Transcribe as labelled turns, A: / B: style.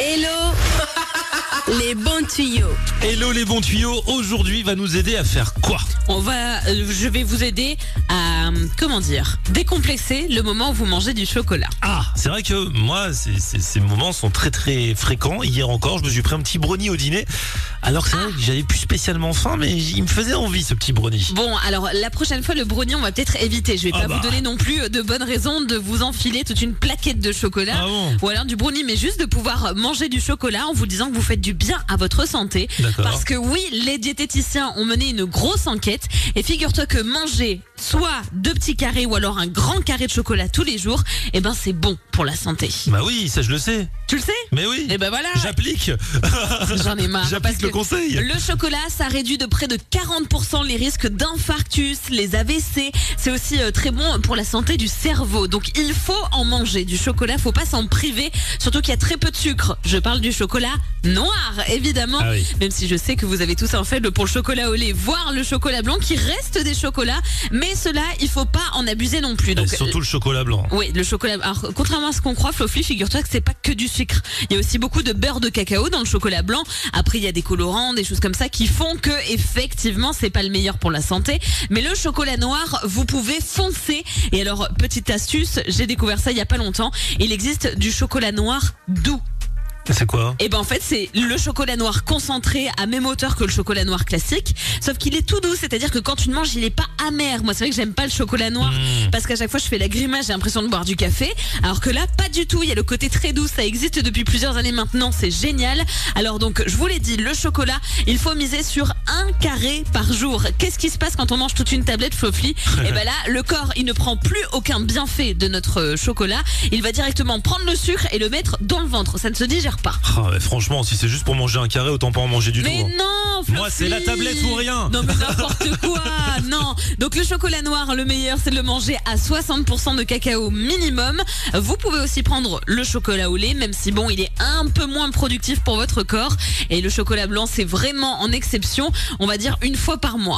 A: Hello Les bons tuyaux.
B: Hello les bons tuyaux, aujourd'hui va nous aider à faire quoi
A: On va, euh, je vais vous aider à, euh, comment dire, décomplexer le moment où vous mangez du chocolat.
B: Ah, c'est vrai que moi, ces- ces- ces moments sont très très fréquents. Hier encore, je me suis pris un petit brownie au dîner, alors que c'est vrai que j'avais plus spécialement faim, mais il me faisait envie ce petit brownie.
A: Bon, alors la prochaine fois, le brownie, on va peut-être éviter. Je vais
B: Ah
A: pas
B: bah.
A: vous donner non plus euh, de bonnes raisons de vous enfiler toute une plaquette de chocolat.
B: Ah bon
A: Ou alors du brownie, mais juste de pouvoir manger du chocolat en vous disant que vous faites du bien à votre santé.
B: D'accord.
A: Parce que oui, les diététiciens ont mené une grosse enquête. Et figure-toi que manger soit deux petits carrés ou alors un grand carré de chocolat tous les jours, eh ben c'est bon pour la santé.
B: Bah oui, ça je le sais.
A: Tu le sais
B: Mais oui,
A: Eh ben voilà,
B: j'applique,
A: j'en ai marre. ah, parce
B: j'applique
A: que
B: le conseil.
A: le chocolat, ça réduit de près de 40% les risques d'infarctus, les AVC. C'est aussi euh, très bon pour la santé du cerveau. Donc il faut en manger du chocolat, faut pas s'en priver. Surtout qu'il y a très peu de sucre. Je parle du chocolat noir, évidemment.
B: Ah oui.
A: Même si je sais que vous avez tous un faible pour le chocolat au lait, voire le chocolat blanc qui reste des chocolats. Mais cela, il faut pas en abuser non plus.
B: Et
A: Donc,
B: Bah, surtout le chocolat blanc.
A: oui, le chocolat. Alors, contrairement à ce qu'on croit, Flofli, figure-toi que c'est pas que du sucre. Il y a aussi beaucoup de beurre de cacao dans le chocolat blanc. Après, il y a des colorants, des choses comme ça qui font que, effectivement, c'est pas le meilleur pour la santé. Mais le chocolat noir, vous pouvez foncer. Et alors, petite astuce, j'ai découvert ça il y a pas longtemps. Il existe du chocolat noir doux.
B: C'est quoi
A: Et ben en fait c'est le chocolat noir concentré à même hauteur que le chocolat noir classique, sauf qu'il est tout doux, c'est-à-dire que quand tu le manges il est pas amer. Moi c'est vrai que j'aime pas le chocolat noir
B: Hmm.
A: parce qu'à chaque fois je fais la grimace, j'ai l'impression de boire du café, alors que là pas du tout, il y a le côté très doux, ça existe depuis plusieurs années maintenant, c'est génial. Alors donc je vous l'ai dit, le chocolat, il faut miser sur un carré par jour. Qu'est-ce qui se passe quand on mange toute une tablette flofli Et ben là le corps il ne prend plus aucun bienfait de notre euh, chocolat, il va directement prendre le sucre et le mettre dans le ventre, ça ne se digère pas.
B: Ah, mais Franchement, si c'est juste pour manger un carré, autant pas en manger du
A: Mais
B: tout. hein.
A: non, Fluffy
B: Moi, c'est la tablette ou rien.
A: Non, mais n'importe quoi. non. Donc le chocolat noir, le meilleur, c'est de le manger à 60% de cacao minimum. Vous pouvez aussi prendre le chocolat au lait, même si bon, il est un peu moins productif pour votre corps. Et le chocolat blanc, c'est vraiment en exception. On va dire une fois par mois.